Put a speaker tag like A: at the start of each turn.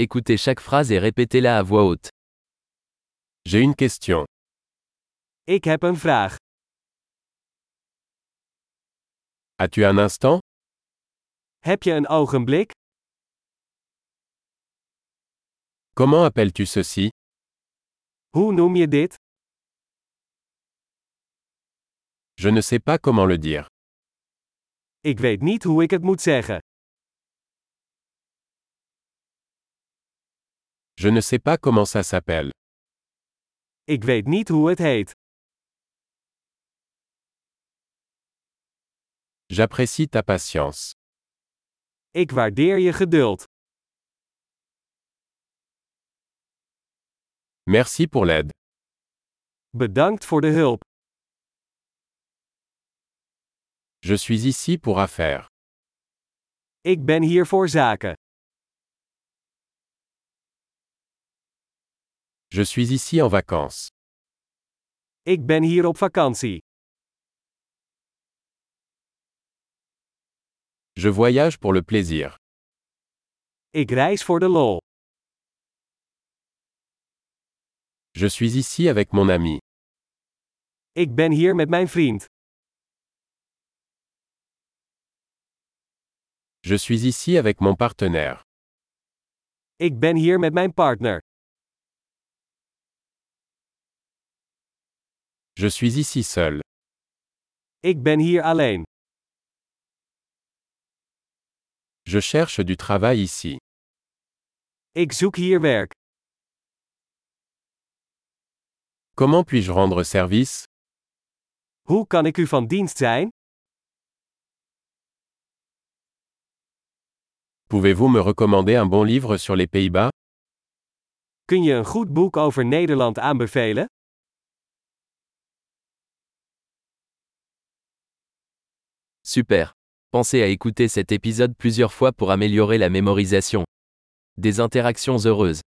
A: Écoutez chaque phrase et répétez-la à voix haute.
B: J'ai une question.
C: Ik heb een vraag.
B: As-tu un instant
C: Heb je een ogenblik?
B: Comment appelles-tu ceci
C: Hoe noem je dit?
B: Je ne sais pas comment le dire.
C: Ik weet niet hoe ik het moet zeggen.
B: Je ne sais pas comment ça s'appelle.
C: Ik weet niet hoe het heet.
B: J'apprécie ta patience.
C: Ik waardeer je geduld.
B: Merci pour l'aide.
C: Bedankt voor de hulp.
B: Je suis ici pour affaires.
C: Ik ben hier voor zaken.
B: Je suis ici en vacances.
C: Ik ben hier op vakantie.
B: Je voyage pour le plaisir.
C: Ik reis voor de lol.
B: Je suis ici avec mon ami.
C: Ik ben hier met mijn vriend.
B: Je suis ici avec mon partenaire.
C: Ik ben hier met mijn partner.
B: Je suis ici seul.
C: Ik ben hier alleen.
B: Je cherche du travail ici.
C: Ik zoek hier werk.
B: Comment puis-je rendre service
C: Hoe kan ik u van dienst zijn?
B: Pouvez-vous me recommander un bon livre sur les Pays-Bas
C: Kun je een goed boek over Nederland aanbevelen?
A: Super. Pensez à écouter cet épisode plusieurs fois pour améliorer la mémorisation. Des interactions heureuses.